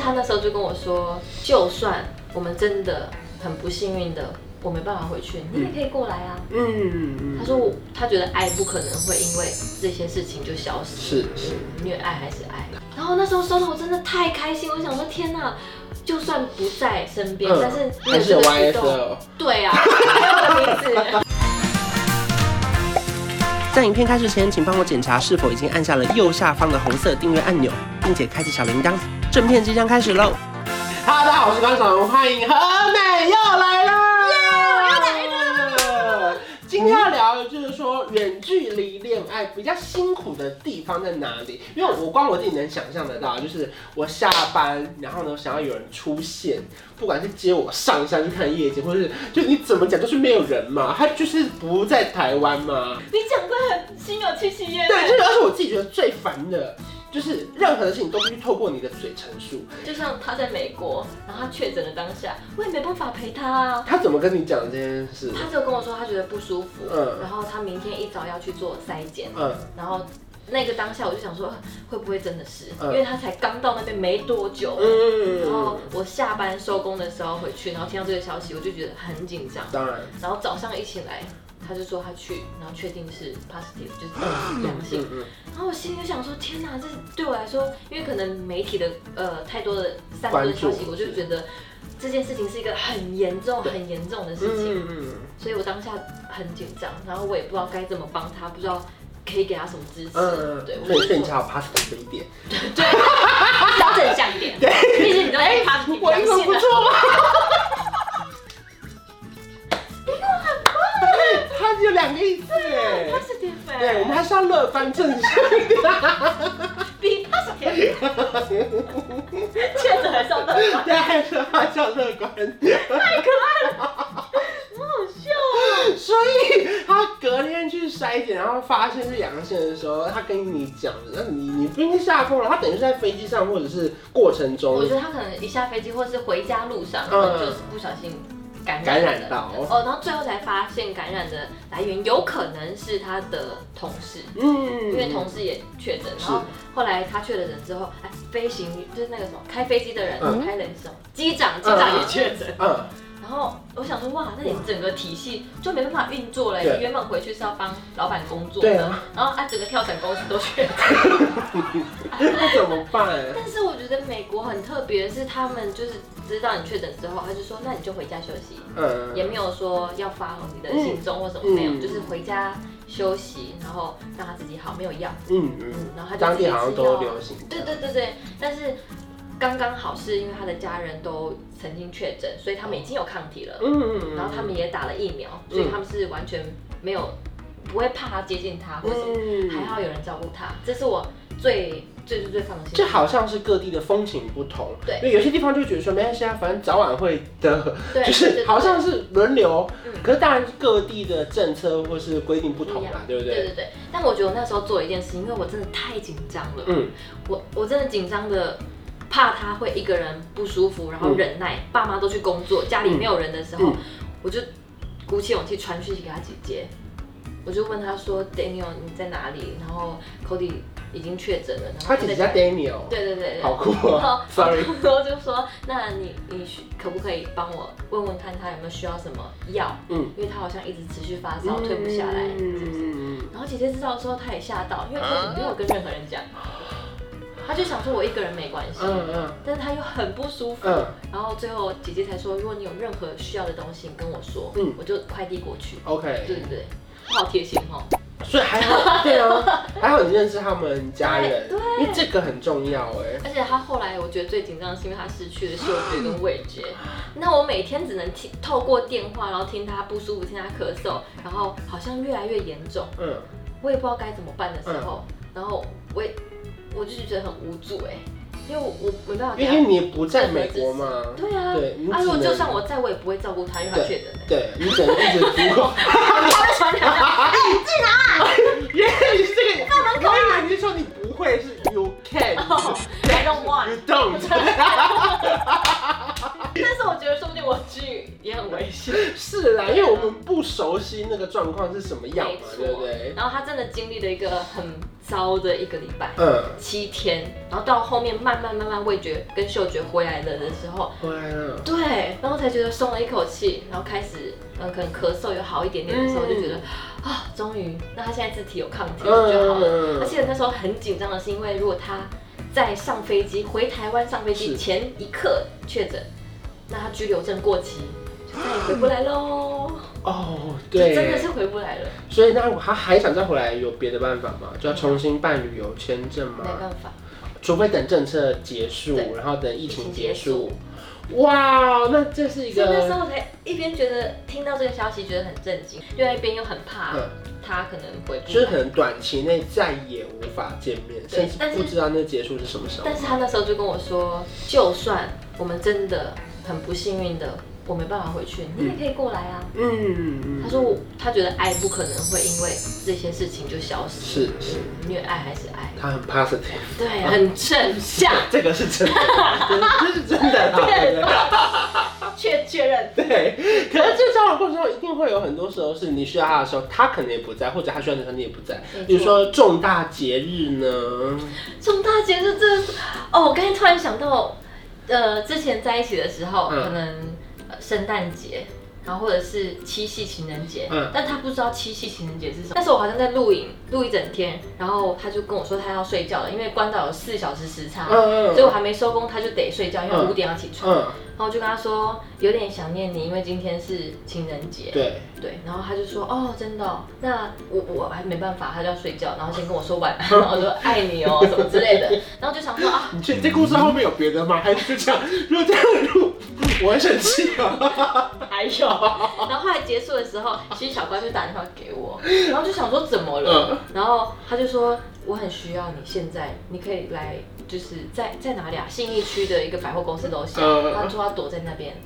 他那时候就跟我说，就算我们真的很不幸运的，我没办法回去，你也可以过来啊。嗯，他说我他觉得爱不可能会因为这些事情就消失，是是，因为爱还是爱。然后那时候收到，我真的太开心，我想说天哪，就算不在身边，但是嗯还是有这个举动 YSL。对 啊，还有我的名字。在影片开始前，请帮我检查是否已经按下了右下方的红色订阅按钮，并且开启小铃铛。正片即将开始喽！Hello，大家好，我是关晓彤，欢迎何美又来啦！又来了。今天要聊的就是说远距离恋爱比较辛苦的地方在哪里？因为我光我自己能想象得到，就是我下班，然后呢想要有人出现，不管是接我上一下去看夜景，或者是就你怎么讲就是没有人嘛，他就是不在台湾嘛，你讲的很心有戚戚焉，对，就是而且我自己觉得最烦的，就是任何的事情都必须透过你的嘴陈述。就像他在美国，然后他确诊的当下，我也没办法陪他啊。他怎么跟你讲这件事？他就跟我说他觉得不舒服，嗯然后他明天一早要去做筛检，嗯，然后那个当下我就想说啊会不会真的是，嗯因为他才刚到那边没多久。然后嗯，我下班收工的时候回去，然后听到这个消息，我就觉得很紧张。当然，然后早上一起来，他就说他去，然后确定是 positive，就是 阳性。嗯然后我心里就想说，天哪，这对我来说，因为可能媒体的呃太多的散播的消关息，注我就觉得这件事情是一个很严重、对很严重的事情，嗯嗯所以我当下很紧张，然后我也不知道该怎么帮他，不知道可以给他什么支持。嗯，对，那我你就睡觉 positive 一点，比较正向一 点，毕竟你知道，哎，他我英文不的，错吧？他有两个意思哎，他是天啊对，我们分，还是要乐观正向。比他是天分，确诊还是要乐观，对，还是还是要乐观。好好笑哦。 所以他隔天去筛检，然后发现是阳性的时候，他跟你讲，那你你不一定下风了，他等于是在飞机上或者是过程我中觉得他可能一下飞机或是回家路上，嗯就是不小心感染感了染到。哦，然后最后才发现感染的来源有可能是他的同事，嗯，因为同事也确诊，是然后后来他确诊了之后，哎，飞行就是那个什么开飞机的人，嗯开人手，机长机长嗯也确诊，嗯，然后我想说哇，那你整个体系就没办法运作了，对你原本回去是要帮老板工作对的啊，然后啊整个跳伞公司都确诊，那怎么办？ 但是我觉得美国很特别的是，他们就是知道你确诊之后，他就说那你就回家休息，也嗯，没有说要发你的行踪或什么，没有，嗯就是回家休息，然后让他自己好，没有药，嗯嗯嗯，，然后他就当自己地吃好药像都流行。对对对对，但是刚刚好是因为他的家人都曾经确诊，所以他们已经有抗体了，嗯，嗯，然后他们也打了疫苗，所以他们是完全没有不会怕他接近他或什么，还嗯，好有人照顾他，这是我最最最最放心的。这好像是各地的风情不同，对因为有些地方就觉得说没关系啊，反正早晚会得，对，对就对是对好像是轮流嗯，可是当然各地的政策或是规定不同啦，对不对对？对对，但我觉得我那时候做了一件事情，因为我真的太紧张了，嗯，我我真的紧张的，怕他会一个人不舒服，然后忍耐，爸妈都去工作，家里没有人的时候，嗯我就鼓起勇气传讯息给他姐姐，我就问他说，Daniel 你在哪里？然后 Cody 已经确诊了，然后他姐姐叫在家 Daniel，对对对对，哦好酷 然啊后 ！Sorry，然后就说，那你你需可不可以帮我问问看他有没有需要什么药？嗯，因为他好像一直持续发烧，退不下来，是不是？嗯，然后姐姐知道之后，她也吓到，因为啊她没有跟任何人讲，她就想说我一个人没关系，嗯但是她又很不舒服。嗯然后最后姐姐才说，如果你有任何需要的东西，你跟我说，嗯我就快递过去。 ，OK，对对对，她好贴心哦。所以还好，对 啊，还好你认识他们家人，哎对因为这个很重要哎。而且她后来我觉得最紧张的是因为她失去了嗅觉跟味觉，那我每天只能听透过电话，然后听她不舒服，听她咳嗽，然后好像越来越严重。嗯，我也不知道该怎么办的时候，然后我也我就觉得很无助哎、因为我我没办法给因他为，你不在美国嘛，对啊，对你啊只如果能就算我在，我也不会照顾他，因为他确诊的，对你只能一直哎 足够。他会传染的。原来你是啊这个，我以为你是说你不会是 you can，Oh, I don't want you。don't， 但是我觉得说不定我去也很危险，是是啦，因为我们不熟悉那个状况是什么样没嘛，对不错对，？然后他真的经历了一个很糟的一个礼拜，嗯，七天，然后到后面慢慢慢慢味觉跟嗅觉回来了的时候，回来了，对，然后才觉得松了一口气，然后开始，嗯，可能咳嗽有好一点点的时候，嗯就觉得啊，终于，那他现在自体有抗体了就好了。嗯而，且那时候很紧张的是，因为如果他在上飞机回台湾上飞机是前一刻确诊，那他居留证过期，就再也回不来喽，哦，就对，真的是回不来了，所以那他还想再回来，有别的办法吗？就要重新办旅游签证没吗？办法，除非等政策结束对，然后等疫疫情情结结束束。哇，那这是一所以那时个候才一边觉得听到这个消息觉得很震惊，另外一边又很怕嗯他可能回不就是来。可能短期内再也无法见面，对甚至但是不知道那结束是什么时候但。是他那时候就跟我说，就算我们真的很不幸运的，我没办法回去，你也可以过来啊。嗯，嗯他说我他觉得爱不可能会因为这些事情就消失，是是，因为爱还是爱，他很 positive，对，很正向， 这个是真的，这是真 的啦，啊对不确确认。对 对。可是这交往过程中一定会有很多时候是你需要他的时候，他可能也不在，或者他需要你的时候你也不在。没错比如说重大节日呢，重大节日真的是，哦，我刚才突然想到，呃，之前在一起的时候，嗯可能呃圣诞节，然后或者是七夕情人节，嗯但他不知道七夕情人节是什么。那时候我好像在录影，录一整天，然后他就跟我说他要睡觉了，因为关岛有四小时时差。嗯所以我啊还没收工，他就得睡觉，因为嗯五点要起床。嗯，然后我就跟他说有点想念你，因为今天是情人节。对，对，然后他就说哦，真的哦、那我我还没办法，他就要睡觉，然后先跟我说晚安，然后说爱你哦什么之类的，然后就想说啊，你这这故事后面有别的吗？还是就这样？如果这样录，我会生气 啊！还有，然后后来结束的时候，其实小乖就打电话给我，然后就想说怎么嗯了，然后他就说我很需要你，现在你可以来，就是在在哪里啊？信义区的一个百货公司楼下，嗯他说他躲在那边，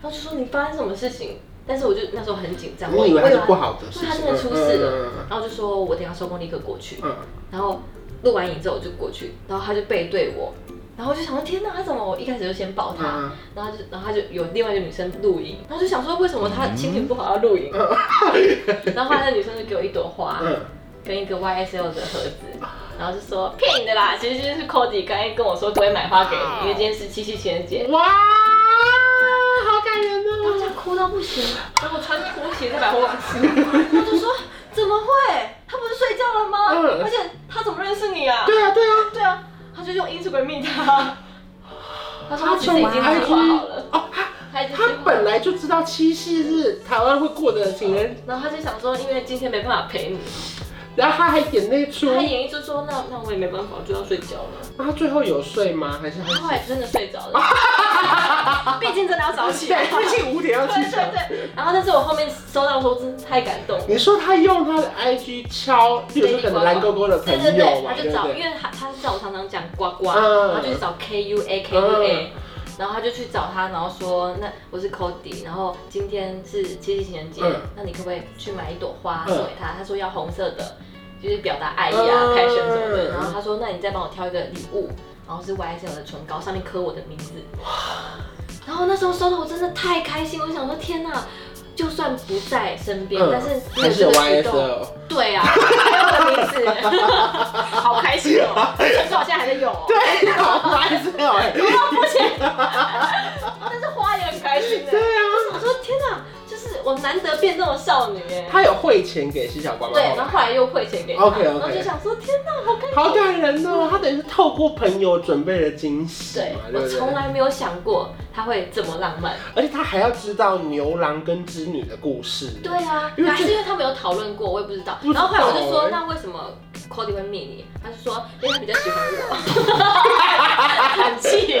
然后就说你发生什么事情？但是我就那时候很紧张，我你以为他我是他不好的事对他情，真的出事了，了。然后就说我等一下收工立刻过去。嗯，然后录完影之后我就过去，然后他就背对我，然后我就想说天哪，他怎么我一开始就先抱他，嗯然后他就然后他就有另外一个女生录影，然后就想说为什么他心情不好要录影，然后后来那女生就给我一朵花嗯，跟一个 YSL 的盒子。然后就说骗你的啦，其实就是 Cody 刚才跟我说不会买花给啊你，因为今天是七夕情人节，哇，好感人当哦！下哭到不行，然后我穿拖鞋在百货公 司，我就说怎么会？他不是睡觉了吗？嗯而且他怎么认识你啊？对啊，对啊，对啊，他就用 Instagram 密他，他说他其实已经计他划好了，哦，他他已经计划他好本了。来就知道七夕是台湾会过的情人，然后他就想说，因为今天没办法陪你，然后他还演那出，他演绎就说，那那我也没办法，我就要睡觉了。那他最后有睡吗？还是后来真的睡着了， 毕竟真的要早起。对，最对近五点要起床。对对。然后，但是我后面收到的时候真的太感动了。你说他用他的 IG 敲，比如说可能蓝勾勾的朋对对友对，嘛，他对就不找，对因？为他他知道我常常讲呱呱，嗯然后就去找 K U A K U A，然后他就去找他，然后说那我是 Cody，然后今天是七夕情人节嗯，那你可不可以去买一朵花嗯送给他？他说要红色的，就是表达爱意嗯啊、开心什么的。然后他说那你再帮我挑一个礼物，然后是 YSL 的唇膏，上面刻我的名字。然后那时候收到我真的太开心，我就想说天哪！就算不在身边，但是你嗯还是这有个举动， YSL。对啊，还有我的名字，好开心 哦！听说我现在还在用哦，对啊，还是有哎。不行，但是花也很开心的。对啊，我说天哪，就是我难得变这种少女耶。他有汇钱给西小瓜吗？对，然后后来又汇钱给他， OK，OK 然后就想说天哪，好开心。好感人哦，他等于是透过朋友准备了惊喜对嘛，，对我不对从？来没有想过他会这么浪漫。而且他还要知道牛郎跟织女的故事。对啊，因为这还是因为他们有讨论过，我也不知道不。知道然后后来我就欸说，那为什么 Cody 会灭你？他就说，因为他比较喜欢 我。很气。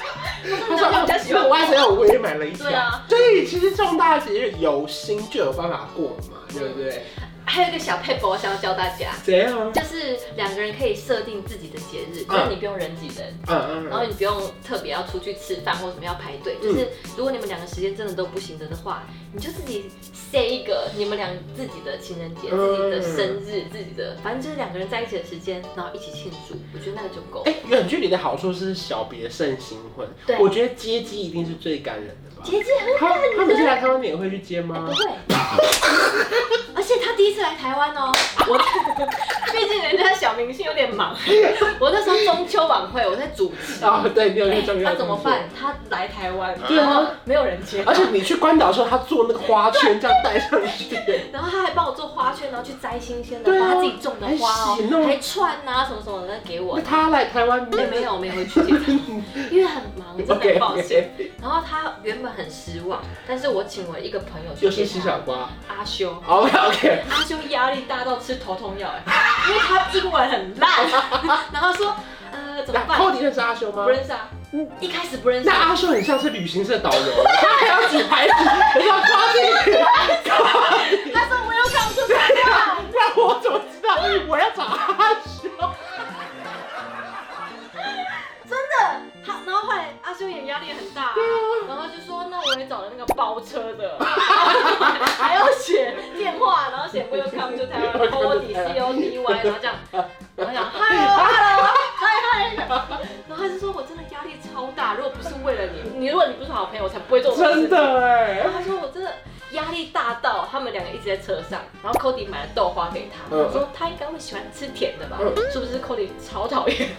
他他说说他比较喜欢我。还要我也买了一条。对啊，嗯所以其实重大节日有心就有办法过嘛，对不对？还有一个小 p a 我想要教大家，怎样？就是两个人可以设定自己的节日，嗯就是你不用人挤人，嗯嗯然后嗯，你不用特别要出去吃饭或什么要排队，就是如果你们两个时间真的都不行的的话，你就自己 set 一个你们俩自己的情人节、嗯自己的生日、自己的，反正就是两个人在一起的时间，然后一起庆祝，我觉得那个就够。哎，远距离的好处是小别胜新婚，对我觉得接机一定是最感人的吧。姐姐很他他每次来台湾，你也会去接吗不？会，而且他第一次来台湾哦，我 毕竟人家小明星有点忙，我那时候中秋晚会我在主持，啊，对，你有去中哎间那怎么办？？他来台湾，对啊然后没有人接他而，且你去关岛的时候，他做那个花圈这样戴上去，然后他还帮我做花圈，然后去摘新鲜的对啊花，自己种的花还洗弄哦，还串啊什么什么的给我那。他来台湾，哎，没有，我没回去接 他，因为很忙，真的 OK，OK 很抱歉。然后他原本很失望，但是我请我一个朋友去又是接西他小瓜。阿修，好，OK，阿修压力大到吃头痛药，哎，因为他英文很 烂，然后说，呃，怎么那办？寇迪认识阿修吗不？认识啊，一开始不认识那。阿修很像是旅行社导游，他还要举牌子，人家抓进去，他说我有搞错吧？那我怎么知道我要找阿修？ 真的，他，然后后来阿修也压力很大啊，然后就说那我也找了那个包车 的，还要写电话，然后写 Welcome to Taiwan O D C O D Y，然后这样，然后讲 Hello Hello Hi Hi，然后他就说我真的压力超大，如果不是为了你，你如果你不是好朋友，我才不会做这种事真情。的哎然。后他说我真的压力大到他们两个一直在车上，然后 Cody 买了豆花给他，嗯我说他应该会喜欢吃甜的吧嗯，是不是？Cody 超讨厌，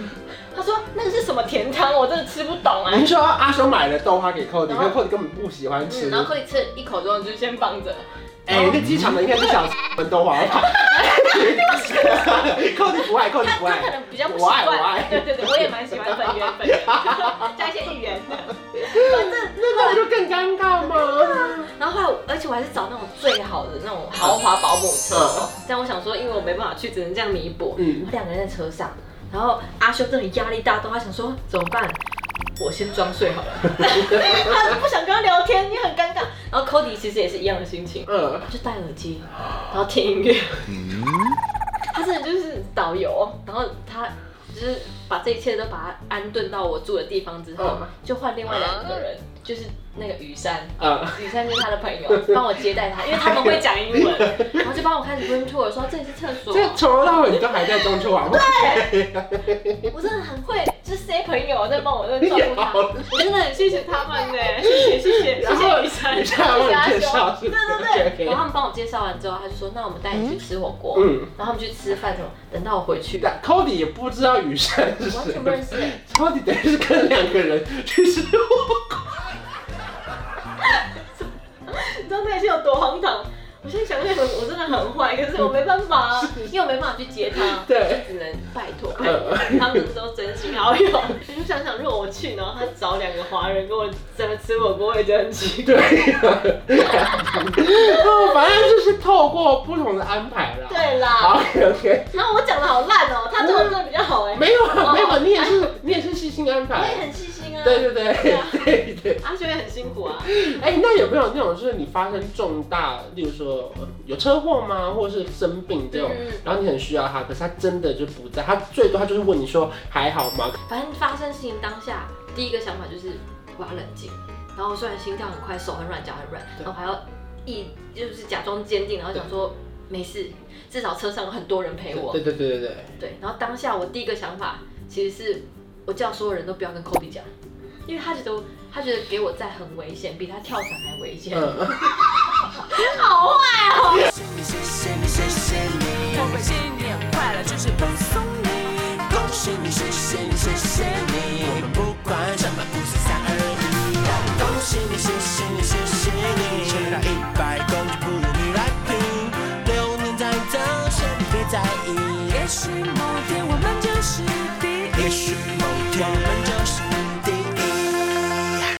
他说那个是什么甜汤，我真的吃不懂啊。您说阿雄买了豆花给寇迪，然后可是寇迪根本不喜欢吃嗯，。然后 Cody 吃了一口之后就先放着，哎，那机场的应该是小们豆花吧？寇迪不爱，寇迪他不他可 爱。能比较不习我爱我惯爱，对对对，我也蛮喜欢粉圆粉圆， 加一些芋圆，反正那不就更尴尬吗？然后后来我，而且我还是找那种最好的那种豪华保姆车哦。这样我想说，因为我没办法去，只能这样弥补。嗯嗯，两个人在车上，然后阿修真的压力大到他想说怎么办？我先装睡好了，他 不想跟他聊天，你很尴尬。然后 Cody 其实也是一样的心情，嗯，就戴耳机，然后听音乐。他真的就是导游，哦然后他就是把这一切都把它安顿到我住的地方之后嗯，就换另外两个人，就是那个雨山，嗯雨珊就是他的朋友，帮我接待他，因为他们会讲英 文，然后就帮我开始 room tour，说这里是厕所，这从头到尾你都还在中秋晚会，我真的很会，就是谁朋友在帮我在照顾他，我真的很谢谢他们呢，谢谢谢谢谢谢雨珊，你谢谢下我阿介修。绍是对不对对，是然后他们帮我介绍完之后，他就说：“那我们带你去吃火锅。”嗯然后他们去吃饭什么，等到我回去，但 Cody 也不知道雨山是完谁全不认识。 ，Cody 等于是跟两个人去吃火锅。你知道那些有多荒唐？我现在想想，我真的很坏，可是我没办法啊，因为我没办法去接他。对，呃只能拜托拜托，他们都真心好友。我就想想，如果我去，然后他找两个华人跟我在那吃火锅，我也觉得很奇怪。 对呀，哦反正就是透过不同的安排啦。对啦， ，OK OK，然后我讲的好烂哦、他对我真的比较好哎、没有啊，没有啊，你也是你也是细心安我也排。很细心啊。对对对对啊 对对。阿修也很辛苦啊。哎、那有没有那种就是你发生重大，例如说呃有车祸吗，或者是生病这种，嗯然后你很需要他，可是他真的就不在，他最多他就是问你说还好吗？反正发生事情当下，第一个想法就是我要冷静。然后我虽然心跳很快，手很软，脚很软，对然后还要一就是假装坚定，然后想说没事，至少车上有很多人陪我。对对对对对，对，然后当下我第一个想法其实是我叫所有人都不要跟 Kobe 讲，因为他觉得他觉得给我在很危险，比他跳伞还危险。嗯，好坏哦！谢你，谢谢你，谢谢你，我们新年快乐，真是恭送你，恭喜你，谢谢你，谢谢你。